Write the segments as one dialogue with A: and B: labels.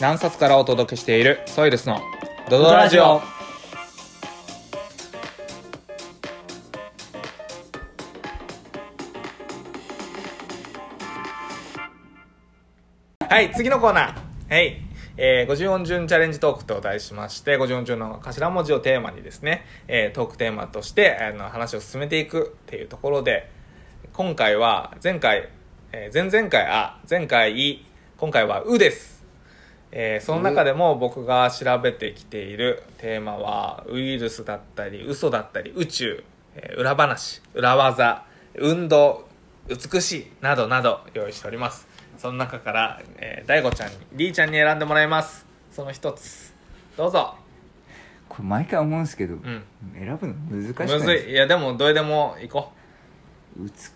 A: 南冊からお届けしているソイルスのドドラジオはい次のコーナーはいえー、50音順チャレンジトークと題しまして、50音順の頭文字をテーマにですね、えートークテーマとして、あの、話を進めていくっていうところで、今回は、前回、えー前々回、あ、前回、い、今回は、うです。えーその中でも僕が調べてきているテーマはウイルスだったり嘘だったり宇宙、えー裏話裏技運動美しいなどなど用意しておりますその中から、えー、大悟ちゃんにりーちゃんに選んでもらいますその一つどうぞ
B: これ毎回思うんですけど、
A: うん
B: 選ぶの難しくな
A: む
B: い
A: ずいいやでもどれでも行こ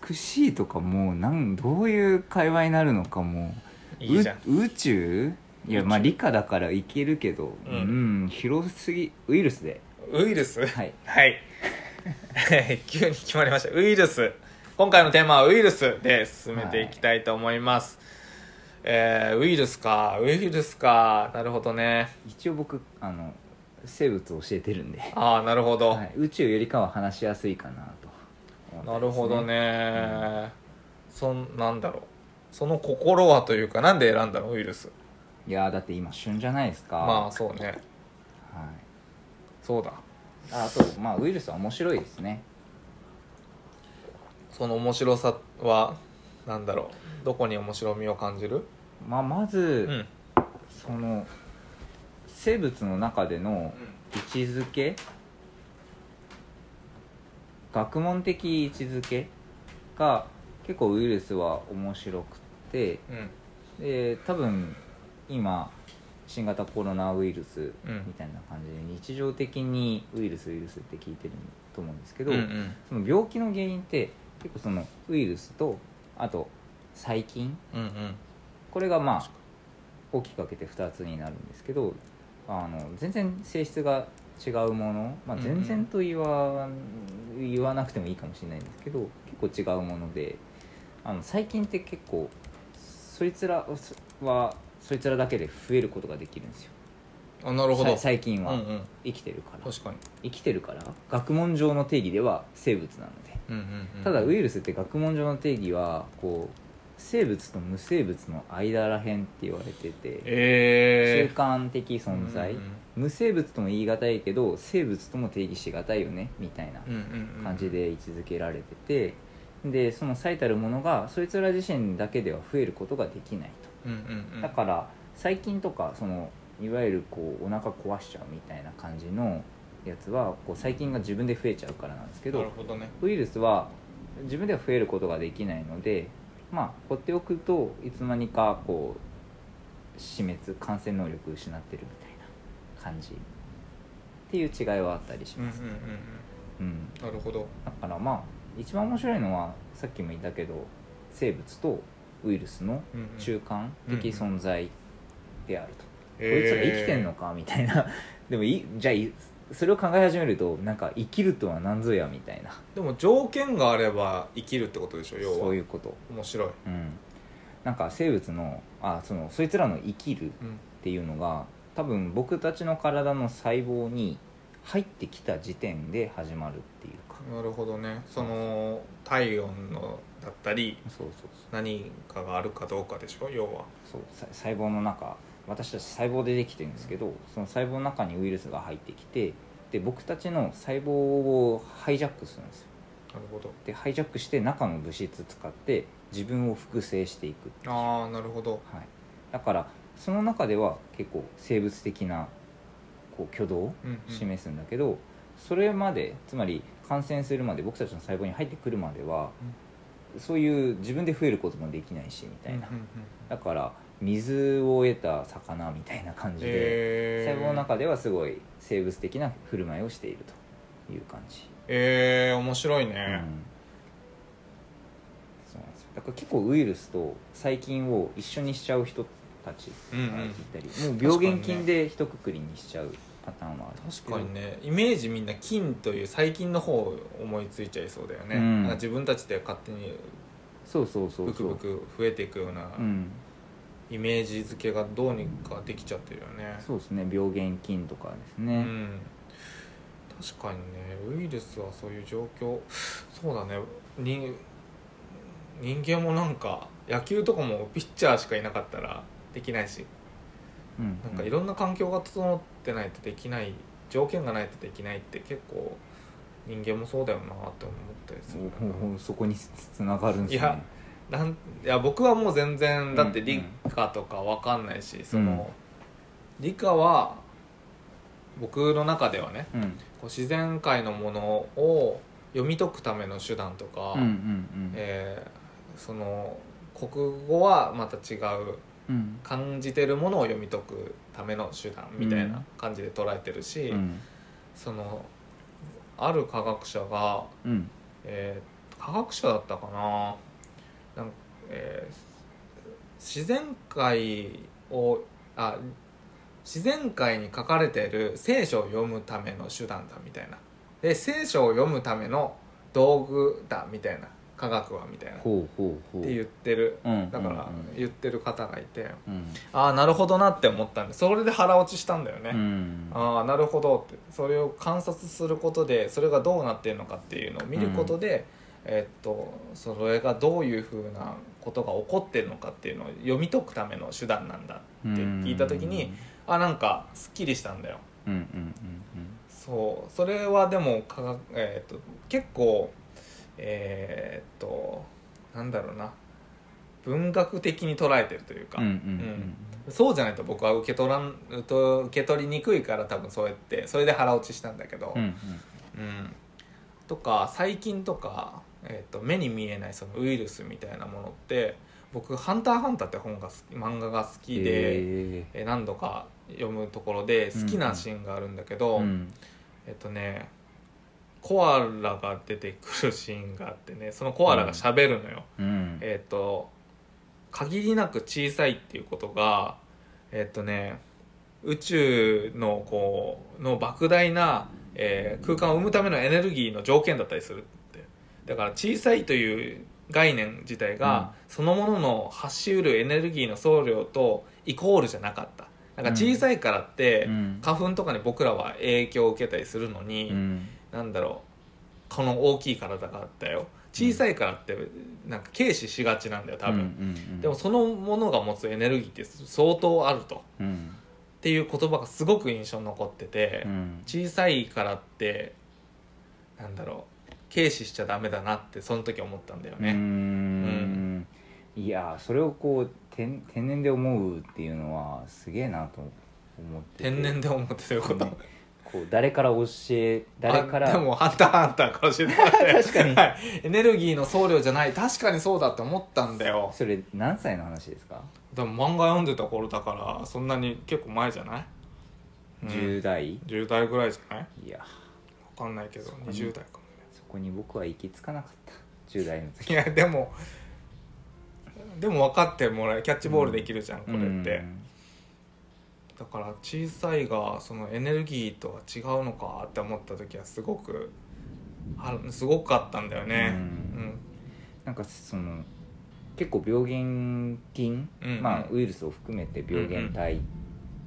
B: 美しいとかもうなんどういう会話になるのかも
A: う
B: う
A: いいじゃん
B: う宇宙いや
A: 宇宙
B: まあ理科だからいけるけど
A: う
B: うんん、広すぎウイルスで
A: ウイルス
B: はい
A: はい 急に決まりましたウイルス今回のテーマはウイルスで進めていきたいと思います、えーウイルスかウイルスかなるほどね
B: 一応僕あの生物を教えてるんで、
A: ああなるほど、
B: はい、宇宙よりかは話しやすいかなと、
A: なるほどね、そんなんだろうその心はというかなんで選んだのウイルス
B: いやーだって今旬じゃないですか
A: まあそうね
B: はい、
A: そうだ
B: ああとまあウイルスは面白いですね
A: その面白さはなんだろうどこに面白みを感じる
B: まあまず、
A: うん
B: その生物の中での位置づけ学問的位置づけが結構ウイルスは面白くて
A: うん
B: で多分今新型コロナウイルス
A: うん
B: みたいな感じで日常的にウイルスウイルスって聞いてると思うんですけど、
A: うんうん
B: その病気の原因って結構そのウイルスとあと細菌
A: うんうん
B: これがまあ大きく分けて2つになるんですけどあの全然性質が違うもの、まあ、
A: うんうん
B: 全然と言わ,、言わなくてもいいかもしれないんですけど結構違うものであの最近って結構そいつらはそいつらだけで増えることができるんですよ
A: あなるほど
B: さ最近
A: うんう
B: は
A: ん
B: 生きてるから、
A: 確かに
B: 生きてるから学問上の定義では生物なので
A: うんうんうん
B: ただウイルスって学問上の定義はこう生物と無生物の間らへんって言われてて習
A: え
B: 慣的
A: ー、
B: 存在、
A: うん
B: 無生物とも言い難いけど生物とも定義し難いよねみたいな
A: うんうんうん
B: 感じで位置づけられててでその最たるものがそいつら自身だけでは増えることができない
A: うんうんう
B: と
A: ん
B: だから細菌とかそのいわゆるこうお腹壊しちゃうみたいな感じのやつはこう細菌が自分で増えちゃうからなんですけ
A: な
B: ど
A: るほどね
B: ウイルスは自分では増えることができないのでまあ放っておくといつの間にかこう死滅感染能力失ってるみたいな感じっていう違いはあったりし
A: うんうんう
B: ま
A: ん
B: す、
A: うん
B: うん
A: なるほど
B: だからまあ一番面白いのはさっきも言ったけど生物とウイルスの
A: うんうん
B: 中間的存在であると、
A: え
B: こいつら生きてんのかみたいなでもいじゃあいそれを考え始めるとなんか生きるとは何ぞやみたいな
A: でも条件があれば生きるってことでしょ要は
B: そういうこと
A: 面白い、
B: うん、なんか生物のあそのそいつらの生きるっ
A: うん、
B: ていうのが多分僕たちの体の細胞に入ってきた時点で始まるっていうか
A: なるほどねその体温のだったり
B: そうそう
A: 何かがあるかどうかでしょ要は
B: そうそうさ細胞の中私たち細胞でできてるんですけどその細胞の中にウイルスが入ってきてで僕たちの細胞をハイジャックするんですよ
A: なるほど
B: でハイジャックして中の物質使って自分を複製していく
A: ああなるほど
B: はい、だからその中では結構生物的なこう挙動を
A: うんうん
B: 示すんだけど、それまでつまり感染するまで僕たちの細胞に入ってくるまでは、そういう自分で増えることもできないしみたいな、
A: うんうんうん
B: だから水を得た魚みたいな感じで、
A: えー、
B: 細胞の中ではすごい生物的な振る舞いをしているという感じ。
A: えー、面白いうね、
B: んそうなんですよだから結構ウイルスと細菌を一緒にしちゃう人たち
A: うんうん
B: がいたり、もう病原菌で一括りにしちゃうパターンはあるんですけ
A: 確
B: ど
A: かにねイメージみんな菌という細菌の方を思いついちゃいそうだよね、
B: うん
A: なんか自分たちで勝手に
B: そうそうそうそう
A: ブクブク増えていくような
B: うん、
A: イメージ付けがどうにかできちゃってるよね
B: そうですね病原菌とかです
A: う
B: ね、
A: ん確かにねウイルスはそういう状況そうだねに人間もなんか野球とかもピッチャーしかいなかったらできないし
B: うん
A: なんかいろんな環境が整ってないとできない条件がないとできないって結構人間もそうだよなって思ったりする
B: ほうほうそこにつつながるんで
A: い
B: すね
A: やなんいや僕はもう全然だって
B: うんうん
A: 理科とかわかんないし、その理科は僕の中ではね
B: うん、
A: こう自然界のものを読み解くための手段とか、
B: うんうんうん
A: えーその国語はまた違う
B: うん
A: 感じてるものを読み解くための手段みたい
B: うん
A: な感じで捉えてるし、
B: うん
A: そのある科学者が、
B: うん
A: えー科学者だったかななんか、えー自然界をあ自然界に書かれてる聖書を読むための手段だみたいなで聖書を読むための道具だみたいな科学はみたいなって
B: ほうほうほう
A: 言ってる
B: うんうんうん
A: だから言ってる方がいて。
B: うん
A: ああなるほどなって思ったんでそれで腹落ちしたんだよね、
B: うん
A: ああなるほどってそれを観察することでそれがどうなってるのかっていうのを見ることで、えっとそれがどういうふうなことが起こってるのかっていうのを読み解くための手段なんだって聞いた時に、あなんかすっきりしたんだよ
B: うんうんうん
A: そうそれはでも科学、えー、と結構えーっとなんだろうな文学的に捉えてるというか、
B: うんうんうん
A: そうじゃないと僕は受け取らんと受け取りにくいから多分そうやってそれで腹落ちしたんだけど、
B: うんうんうん
A: うんとか細菌とか、えー、と目に見えないそのウイルスみたいなものって僕「ハンターハンター」って本が好き漫画が好きで、
B: へ
A: えー何度か読むところで好きなシーンがあるんだけど、
B: ーうん
A: えっとねコアラが出てくるシーンがあってねそのコアラが喋るのよ。
B: うん
A: えっ、と限りなく小さいっていうことがえっ、とね宇宙のこうの莫大な、えー空間を生むためのエネルギーの条件だったりするってだから小さいという概念自体が、そのものの発しうるエネルギーの総量とイコールじゃなかったなんか小さいからって、
B: うん
A: 花粉とかに僕らは影響を受けたりするのに、
B: うん
A: なんだろうこの大きい体があったよ小さいからってなんか軽視しがちなんだよ多分、
B: うんうんうん
A: でもそのものが持つエネルギーって相当あるとっ
B: うん
A: ていう言葉がすごく印象に残ってて、
B: うん
A: 小さいからってなんだろう軽視しちゃダメだなってその時思ったんだよ
B: うー
A: ね、
B: んいやーそれをこう天天然で思うっていうのはすげえなと思ってて
A: 天然で思ってということ、
B: ねこう誰から教え誰か
A: あ
B: ら
A: でも「ハンターハンター」から教えて もらって
B: 確かに
A: はい、エネルギーの総量じゃない確かにそうだって思ったんだよ
B: それ何歳の話ですか、
A: でも漫画読んでた頃だからそんなに結構前じゃない、うん
B: 10代
A: 10代ぐらいじゃない
B: いや
A: 分かんないけど
B: うね
A: 20代かもね
B: そこに僕は行き着かなかった10代の時
A: いやでもでも分かってもらえキャッチボールできるじゃん、これって、だから小さいがそのエネルギーとは違うのかって思った時はすごくあすごかったんだよね
B: うんなんかその結構病原菌、
A: うん
B: まあ、ウイルスを含めて病原体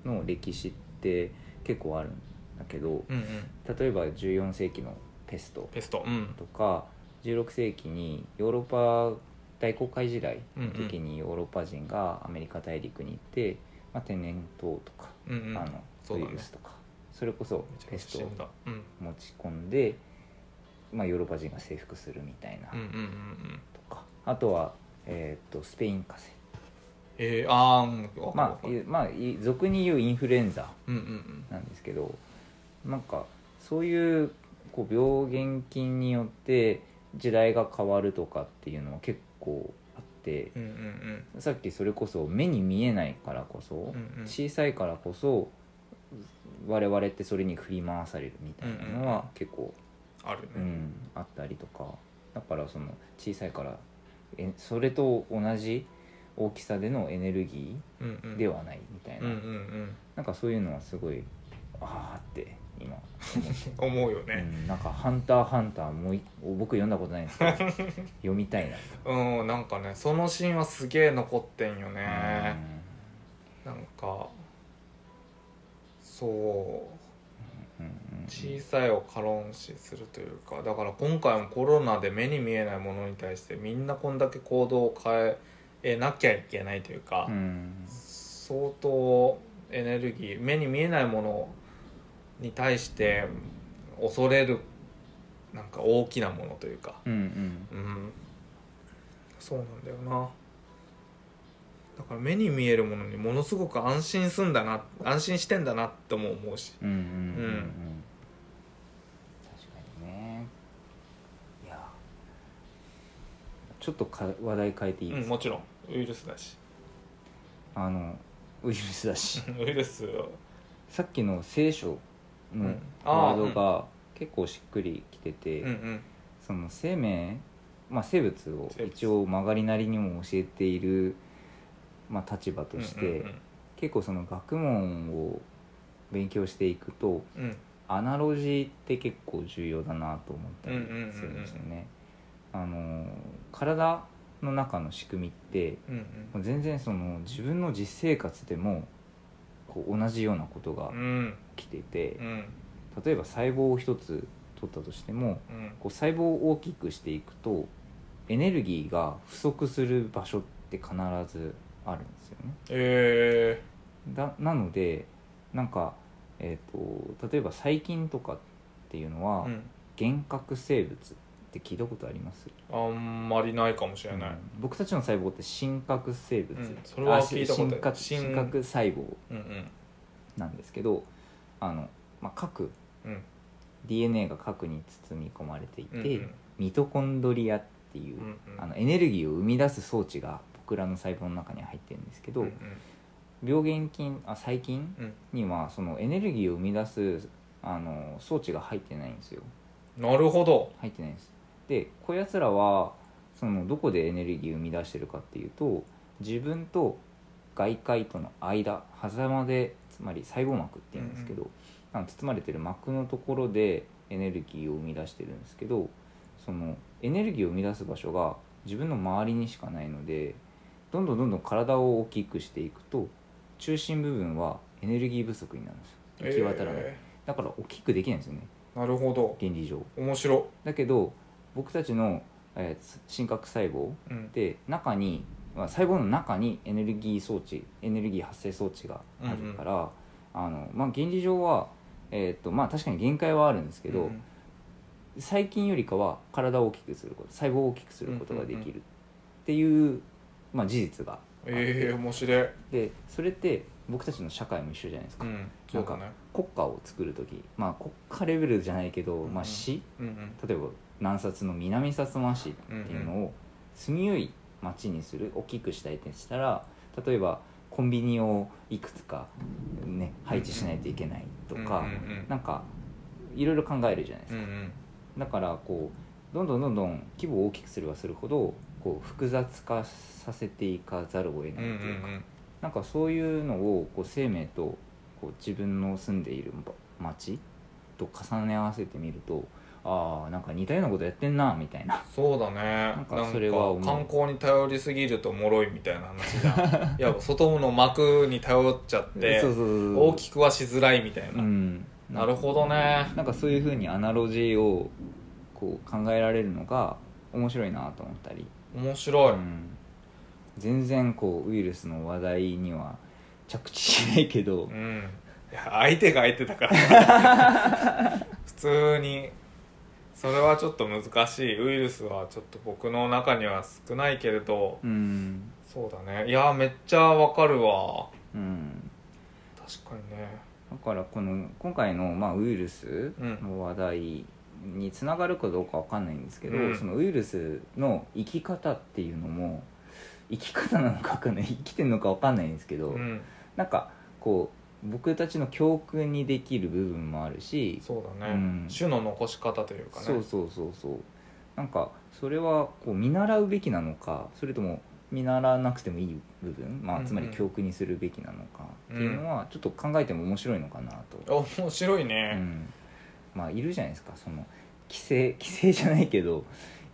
B: の歴史って結構あるんだけど
A: うん、うんうん
B: 例えば14世紀のペスト
A: ベストうん
B: とか16世紀にヨーロッパ大航海時代の時にヨーロッパ人がアメリカ大陸に行って、まあ、天然痘とか、
A: うんうん
B: あ
A: そ
B: の
A: う
B: ウ
A: だ
B: イ
A: ね
B: ルスとかそれこそ
A: めちゃ
B: ペ
A: くちゃ
B: ス
A: 死
B: トを
A: んだうん
B: 持ち込んで、まあ、ヨーロッパ人が征服するみたいな
A: うんうんうんうん
B: とか、あとは、えー、とスペイン風
A: えー、ああうん分かる
B: 邪まあ、
A: 分かる
B: いまあい俗に言うインフルエンザ
A: うんうんうん
B: なんですけどなんかそういうこう病原菌によって時代が変わるとかっていうのは結構あって
A: うんうんうん
B: さっきそれこそ目に見えないからこそ、
A: うんうん
B: 小さいからこそ我々ってそれに振り回されるみたいなの
A: うんうんうん
B: は結構、
A: あるね、
B: うんあったりとかだからその小さいからえそれと同じ大きさでのエネルギ
A: うんうん
B: ーではないみたい
A: うん
B: な、
A: うんうん
B: なんかそういうのはすごいああって今
A: 思うよ
B: う
A: ね
B: ん、なんか「ハンターハンター」もうい僕読んだことないんです けど読みたいな、
A: うん、なんかねそのシーンはすげえ残ってんよね
B: うん
A: なんかそう
B: うんうん
A: 小さいを軽ん視するというかだから今回もコロナで目に見えないものに対してみんなこんだけ行動を変えなきゃいけないというか、
B: うん
A: 相当エネルギー目に見えないものに対して恐れるなんか大きなものというか、
B: うんうん
A: うん、そうなんだよなだから目に見えるものにものすごく安心すんだな安心してんだなっても思うし。
B: うんうんうん
A: う
B: うんん確かにねいやちょっとか話題変えていいで
A: うん、
B: すか、
A: もちろんウイルスだし
B: あのウイルスだし
A: ウイルスを
B: さっきの聖書
A: う
B: の
A: んあー
B: ワードが結構しっくりきてて、
A: うんうん
B: その生命、まあ、生物を
A: 生物
B: 一応曲がりなりにも教えている、まあ、立場として、結構その学問を勉強していくと
A: うんうん
B: アナロジーって結構重要だなと思ったりするんですよね。あの体の中の仕組みって
A: うん
B: もう全然その自分の実生活でもこう同じようなことが
A: うんうん
B: 起きてて
A: うんうん
B: 例えば細胞を一つ取ったとしてもこう細胞を大きくしていくとエネルギーが不足する場所って必ずあるんですよね。
A: え
B: だなのでなんか、えー、と例えば細菌とかっていうの
A: ー
B: は、
A: うん、
B: 幻覚生物って聞いたことあります、
A: あんまりないかもしれない、
B: うん僕たちの細胞って真核生物、
A: うんそれは
B: あ
A: 聞いたことある
B: 真核
A: 真
B: 真核細胞
A: うん、うん
B: なんですけどあの、まあ、核
A: うん
B: DNA が核に包み込まれていて、
A: うん
B: ミトコンドリアっていう、
A: うんうん
B: あのエネルギーを生み出す装置が僕らの細胞の中に入ってるんですけど、
A: うん
B: 病原菌あ細菌、
A: うん
B: にはそのエネルギーを生み出すあの装置が入ってないんですよ
A: うんなるほど
B: 入ってないんですでこやつらはそのどこでエネルギーを生み出してるかっていうと自分と外界との間狭間でつまり細胞膜っていうんですけど、あの包まれてる膜のところでエネルギーを生み出してるんですけどそのエネルギーを生み出す場所が自分の周りにしかないのでどんどんどんどん体を大きくしていくと中心部分はエネルギー不足になるんですよ行き渡らない、
A: え
B: だから大きくできないんですよね
A: ーなるほど
B: 原理上
A: 面白
B: だけど僕たちの、えー真核細胞
A: うん
B: で中に、まあ、細胞の中にエネルギー装置エネルギー発生装置があるから、あのまあ、原理上は、えーとまあ、確かに限界はあるんですけど、
A: うん
B: 最近よりかは体を大きくすること細胞を大きくすることができるっていう,、まあ、事実が
A: ええー、面白い
B: でそれって僕たちの社会も一緒じゃないです
A: う
B: か、
A: んそうだね
B: 国家を作る時、まあ、国家レベルじゃないけど、
A: うんう
B: ま
A: ん
B: あ、市
A: うんうん
B: 例えば南薩の南薩摩市っていうのを住みよい町にする大きくしたいってしたら例えばコンビニをいくつか、ね、配置しないといけないとか、
A: うんうんうん
B: なんかいろいろ考えるじゃないです
A: う
B: か、
A: んうん
B: だからこうどんどんどんどん規模を大きくすればするほどこう複雑化させていかざるを得ないと
A: うんう
B: い
A: ん
B: うか、
A: うん
B: なんかそういうのをこう生命とこう自分の住んでいる町と重ね合わせてみるとああなんか似たようなことやってんなみたいな
A: そうだねなん
B: ん
A: か
B: かそれは思う
A: 観光に頼りすぎると脆いみたいな話じゃんいや外の膜に頼っちゃって
B: そうそうそう
A: 大きくはしづらいみたいな、
B: うん、
A: なるほどね
B: なんかそういうふうにアナロジーをこう考えられるのが面白いなと思ったり、
A: 面白い、
B: うん全然こうウイルスの話題には着地しないけど、
A: うんいや相手が相手だから 普通にそれはちょっと難しいウイルスはちょっと僕の中には少ないけれど
B: うん
A: そうだねいやめっちゃわかるわ
B: うん、
A: 確かにね
B: だからこの今回の、まあ、ウイルスの話題につながるかどうかわかんないんですけど、
A: うん
B: そのウイルスの生き方っていうのも生き方なのかわかんない生 きてるのかわかんないんですけど、
A: うん
B: なんかこう僕たちの教訓にできる部分もあるし
A: そうだね、
B: うん
A: 種の残し方というかね
B: そうそうそうそうなんかそれはこう見習うべきなのかそれとも見習わなくてもいい部分、ま
A: うん
B: あ、
A: うん
B: つまり教訓にするべきなのかっていうのはちょっと考えても面白いのかなと
A: 面白いうね、
B: ん、まあいるじゃないですかその規制規制じゃないけど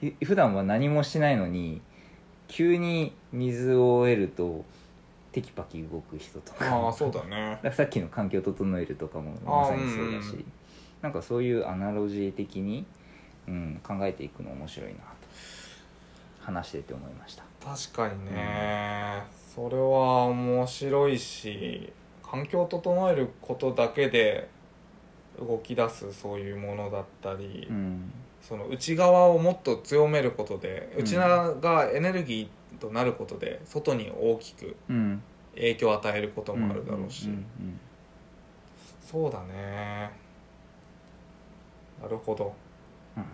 B: い普段は何もしないのに急に水を得るとテキパキ動く人とか
A: ああそうだね
B: だからさっきの環境を整えるとかもまさにそうだ
A: あー
B: し、
A: うんうん
B: なんかそういうアナロジー的に、うん、考えていくの面白いなと話してて思いました
A: 確かにね、それは面白いし環境を整えることだけで動き出すそういうものだったり、
B: うん
A: その内側をもっと強めることで
B: うん
A: 内側がエネルギーとなることで外に大きく
B: うん
A: 影響を与えることもあるだろうし、
B: んん
A: そうだねなるほど
B: うん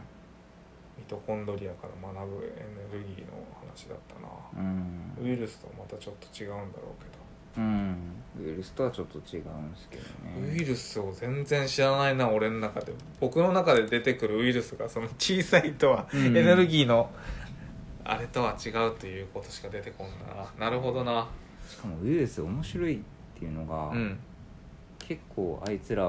A: ミトコンドリアから学ぶエネルギーの話だったな、
B: うん
A: ウイルスとはまたちょっと違うんだろうけど
B: うんウイルスとはちょっと違うんですけど
A: ウイ
B: ね
A: ルスを全然知らないな俺の中で僕の中で出てくるウイルスがその小さいとは、
B: うん
A: エネルギーのあれとは違うということしか出てこんななるほどな
B: しかもウイルス面白いっていうのが、
A: うん
B: 結構あいつら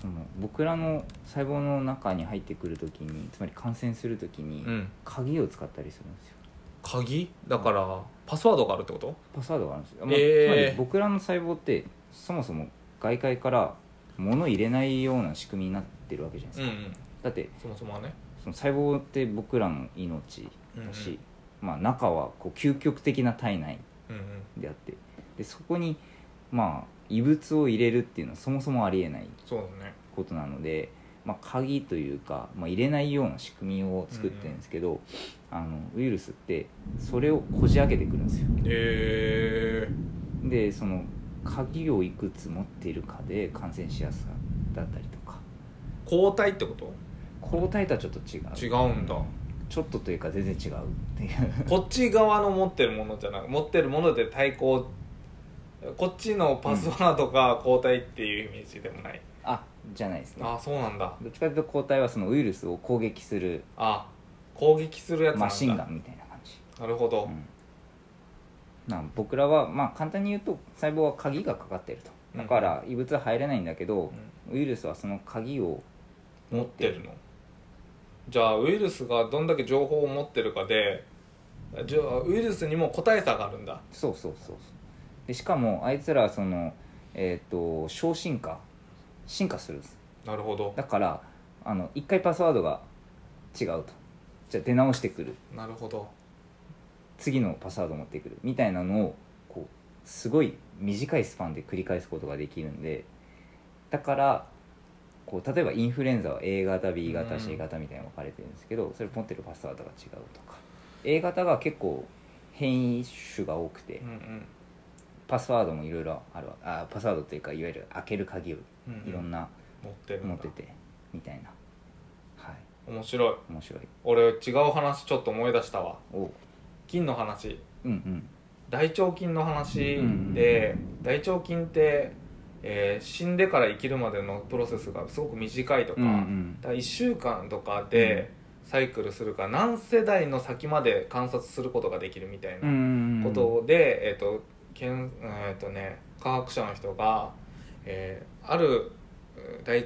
B: その僕らの細胞の中に入ってくるときにつまり感染するときに、
A: うん
B: 鍵を使ったりするんですよ
A: 鍵だからパスワードがあるってこと
B: パスワードがあるんですよ、まあ
A: えー
B: つまり僕らの細胞ってそもそも外界から物入れないような仕組みになってるわけじゃないで
A: うん
B: す
A: う
B: か、
A: ん
B: だって
A: そもそもはね
B: その細胞って僕らの命だ
A: うんう
B: し、まあ、中はこう究極的な体内
A: うんうん
B: であってでそこにまあ異物を入れるっていうのはそもそもありえない
A: そうだね
B: ことなので、まあ、鍵というか、まあ、入れないような仕組みを作ってるんですけど、あのウイルスってそれをこじ開けてくるんですよ
A: え
B: でその鍵をいくつ持っているかで感染しやすさだったりとか
A: ー、抗体ってこと
B: 抗体とはちょっと違
A: 違
B: う
A: うんだ
B: ちょっとというか全然違うっていう
A: こっち側の持ってるものじゃなく持ってるもので対抗こっちのパスワードが抗体っていうイメージでもない、
B: あじゃないですね
A: ああそうなんだ
B: どっちかというと抗体はそのウイルスを攻撃する
A: あ攻撃するやつなんだ
B: マシンガンみたいな感じ
A: なるほど、
B: うんな僕らはまあ簡単に言うと細胞は鍵がかかってると
A: うん
B: だから異物は入れないんだけど
A: う、
B: ウイルスはその鍵を
A: ん持ってるのじゃあウイルスがどんだけ情報を持ってるかでじゃあウイルスにも個体差があるんだ
B: そうそうそうそうでしかもあいつらはそのえっ、と小進化進化するんです
A: なるほど
B: だからあの一回パスワードが違うとじゃあ出直してくる
A: なるほど
B: 次のパスワードを持ってくるみたいなのをこうすごい短いスパンで繰り返すことができるんでだからこう例えばインフルエンザは A 型 B
A: う
B: 型
A: ん
B: C 型みたいに分かれてるんですけど、それ持ってるパスワードが違うとか A 型が結構変異種が多くて、
A: うんうん
B: パスワードもいろいろあるわあパスワードというかいわゆる開ける鍵を
A: うんうん
B: いろんな
A: 持ってるんだ
B: 持っててみたいなはい
A: 面白い
B: 面白い
A: 俺違う話ちょっと思い出したわ
B: お
A: 菌の話
B: うん
A: 大腸菌の話
B: うん
A: で、大腸菌って、えー死んでから生きるまでのプロセスがすごく短いとか,、
B: うんうんうん
A: だから1週間とかでサイクルするから何世代の先まで観察することができるみたい
B: うんう
A: なん
B: うん
A: ことで、えっ、とけん、えーとね、科学者の人が、えーあるえー大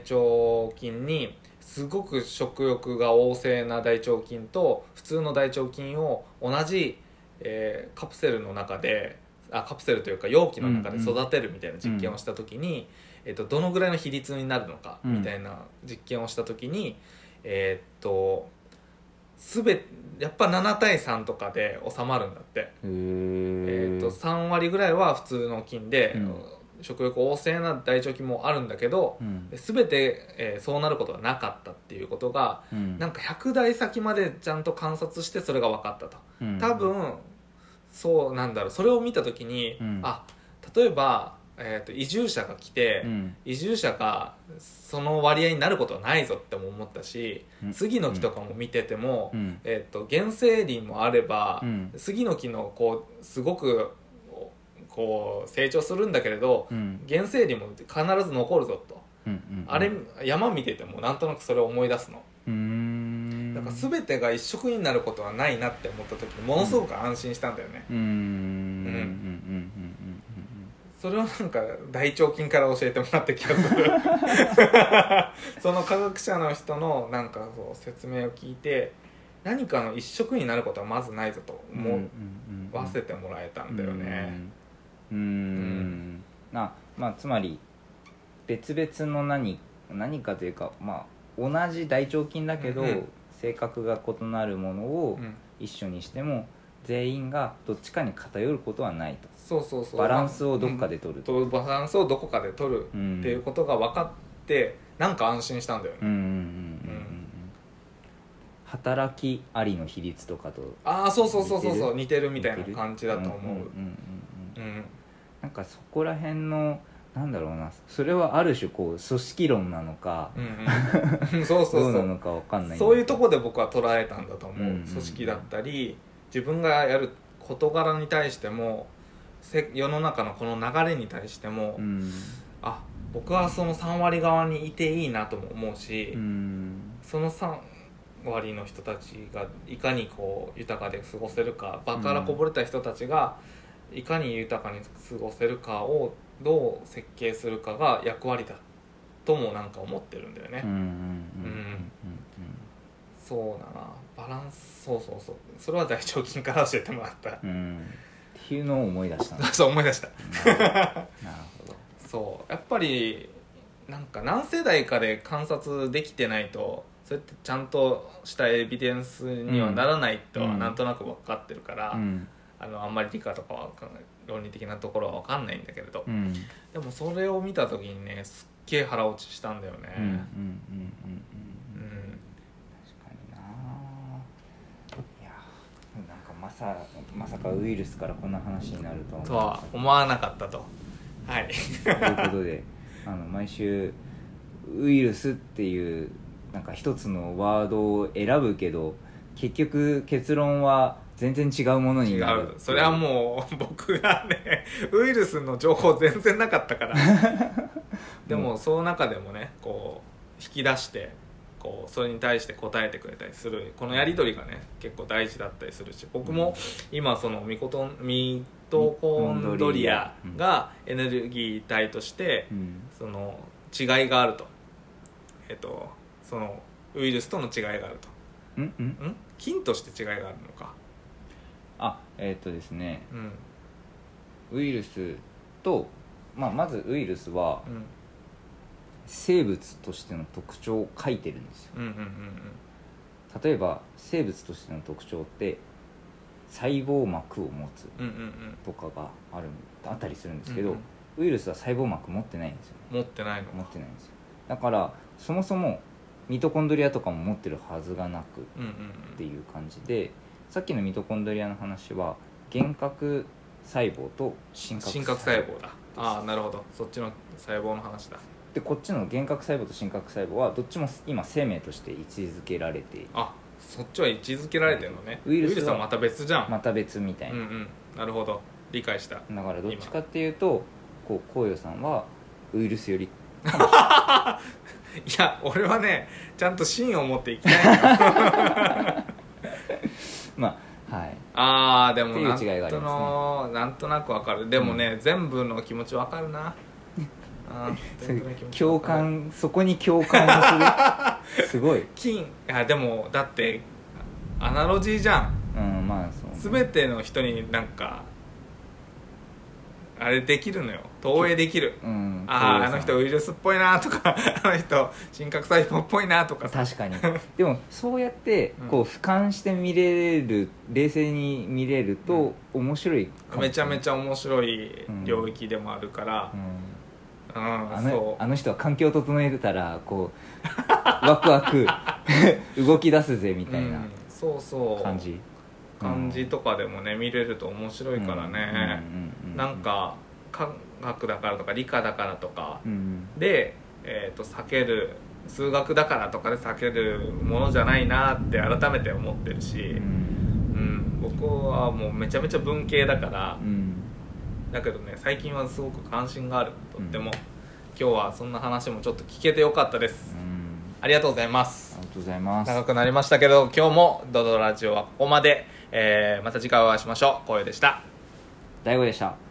A: 腸菌にすごく食欲が旺盛な大腸菌と普通の大腸菌を同じ、えーカプセルの中であカプセルというか容器の中で育てるみたいな実験をした時に、えっとどのぐらいの比率になるのか
B: うん
A: みたいな実験をした時に、えーっとすべやっぱ7対3とかで収まるんだって。
B: へ
A: え
B: え
A: ー、と3割ぐらいは普通の菌で、
B: うん
A: 食欲旺盛な大腸菌もあるんだけど
B: うん
A: 全て、えーそうなることはなかったっていうことが
B: うん
A: なんか100代先までちゃんと観察してそれが分かったと
B: うん
A: 多分そうなんだろうそれを見た時に、
B: うん
A: あ例えば、えー、と移住者が来て、
B: うん
A: 移住者がその割合になることはないぞっても思ったし
B: うん
A: 次の木とかも見てても、
B: うん
A: えー、と原生林もあれば、
B: うん
A: 杉の木のこうすごくこう成長するんだけれど
B: うん
A: 原生林も必ず残るぞと、
B: うん
A: あれ山見ててもなんとなくそれを思い出すの
B: うーん
A: だから全てが一色になることはないなって思った時にものすごく安心したんだよね、
B: うーんうん
A: うん
B: うんうんうん
A: それをなんか大腸菌から教えてもらった気がするその科学者の人のなんかそう説明を聞いて何かの一色になることはまずないぞと
B: うんうん
A: 思
B: うんうんうん
A: わせてもらえたんだよね、
B: うんうーんなまあつまり別々の何何かというかまあ同じ大腸菌だけど、
A: うんうん
B: 性格が異なるものを
A: うん
B: 一緒にしても、全員がどっちかに偏ることはない
A: そうそうそ
B: と
A: う
B: バランスをどっかで取ると、
A: とバランスをどこかで取る
B: うん
A: っていうことが分かってなんか安心したんだよね、
B: うんうんうんうんうんうん働きありの比率とかと
A: ああそうそうそうそうそう似てるみ
B: 似
A: た
B: て
A: い
B: る
A: な感じだと思
B: んんん
A: う
B: うん
A: うん
B: なんかそこら辺のなんだろうなそれはある種こう組織論なのか、
A: うんうんそうそう
B: ど
A: そう
B: な
A: う
B: のかわかんない
A: そういうとこで僕は捉えたんだと思う、
B: うんうん
A: 組織だったり自分がやる事柄に対してもせ世の中のこの流れに対しても、
B: うん
A: あ僕はその3割側にいていいなとも思うし、
B: うん
A: その3割の人たちがいかにこう豊かで過ごせるか場からこぼれた人たちがいかに豊かに過ごせるかをどう設計するかが役割だともなんか思ってるんだよね、
B: うんうんうん
A: う
B: うんん
A: そうだなバランスそうそうそうそれは大腸菌から教えてもらった
B: うんうんっていうのを思い出したな
A: そう思い出した
B: なるほど
A: そうやっぱりなんか何世代かで観察できてないとそうやってちゃんとしたエビデンスにはならないと
B: う
A: は
B: ん
A: なんとなく分かってるから、
B: うん
A: あのあんまり理科とかは分かんない論理的なところは分かんないんだけれど、
B: うん
A: でもそれを見た時にねすっげえ腹落ちしたんだよね
B: うんうんう
A: う
B: んうんうん
A: ん
B: 確かにないやーなんかまさまさかウイルスからこんな話になるとは
A: とは思わなかったとはい
B: ということで あの毎週ウイルスっていうなんか一つのワードを選ぶけど結局結論は全然違うものに
A: 違
B: なる
A: うそれはもう 僕がねウイルスの情報全然なかったから でもその中でもねこう引き出してこうそれに対して答えてくれたりするこのやり取りがね結構大事だったりするし僕も今そのミコトンミトコンドリアがエネルギー体として
B: うん、
A: その違いがあるとえっとそのウイルスとの違いがある
B: うんうん
A: とん菌として違いがあるのか
B: あえーっ、とですね
A: うん
B: ウイルスと、まあ、まずウイルスは
A: うん
B: 生物としての特徴を書いてるんですよ
A: うんうんうん
B: 例えば生物としての特徴って細胞膜を持つ
A: うんうんうんうん
B: とかがあるあったりするんですけど、
A: うんうん
B: ウイルスは細胞膜持ってないんですよね
A: 持ってないの
B: 持っ
A: か
B: てないんですよだからそもそもミトコンドリアとかも持ってるはずがなくっ
A: うんうん
B: ていう感じでさっきのミトコンドリアの話は幻覚細胞と
A: う
B: 真
A: ん
B: 核
A: 真核細胞だああなるほどそっちの細胞の話だ
B: でこっちの幻覚細胞と真核細胞はどっちも今生命として位置づけられて
A: あそっちは位置づけられてるのね
B: ウイルスは
A: はまた別じゃん、
B: また別みたい
A: うんう
B: な、
A: んなるほど理解した
B: だからどっちかっていうとこう紅葉さんはウイルスより
A: いや俺はねちゃんと芯を持っていきたいの
B: まあはい
A: ああでもなん
B: っていう違いがあり
A: とのなんとなくわかるでもね、全部の気持ちわかるなあー全部の気持ちわ
B: 共
A: かる
B: 感そこに共感を するすごい
A: 金いやでもだってアナロジーじゃん
B: うんまあそう
A: 全ての人になんかあれできるのよ投影できる
B: うん
A: ああ
B: 紅葉
A: あ
B: さん
A: の人ウイルスっぽいなとか あの人真核細胞っぽいなとかさ
B: 確かにでもそうやって
A: うん
B: こう俯瞰して見れる冷静に見れると面白いかも
A: めちゃめち
B: ゃ、
A: ゃ面白い領域でもあるから
B: う、ん、
A: うん
B: あ
A: そ
B: の
A: う
B: あの人は環境を整えてたらこうワクワ ク 動き出すぜみたい
A: うん
B: な
A: そうそう
B: 感じ、
A: 感じとかでもね見れると面白いからね、
B: うんうんう
A: なんか科学だからとか理科だからとか
B: うん
A: で、えー、と避ける数学だからとかで避けるものじゃないなって改めて思ってる
B: う
A: し、
B: ん
A: うん、僕はもうめちゃめちゃ文系だから
B: うん
A: だけどね最近はすごく関心があるとっても、
B: うん
A: 今日はそんな話もちょっと聞けてよかったです
B: うん
A: ありがとうございま
B: あ
A: す
B: りがとうございます
A: 長くなりましたけど今日も「ドドラジオ」はここまで、えーまた次回お会いしましょう光栄でした
B: 大悟でした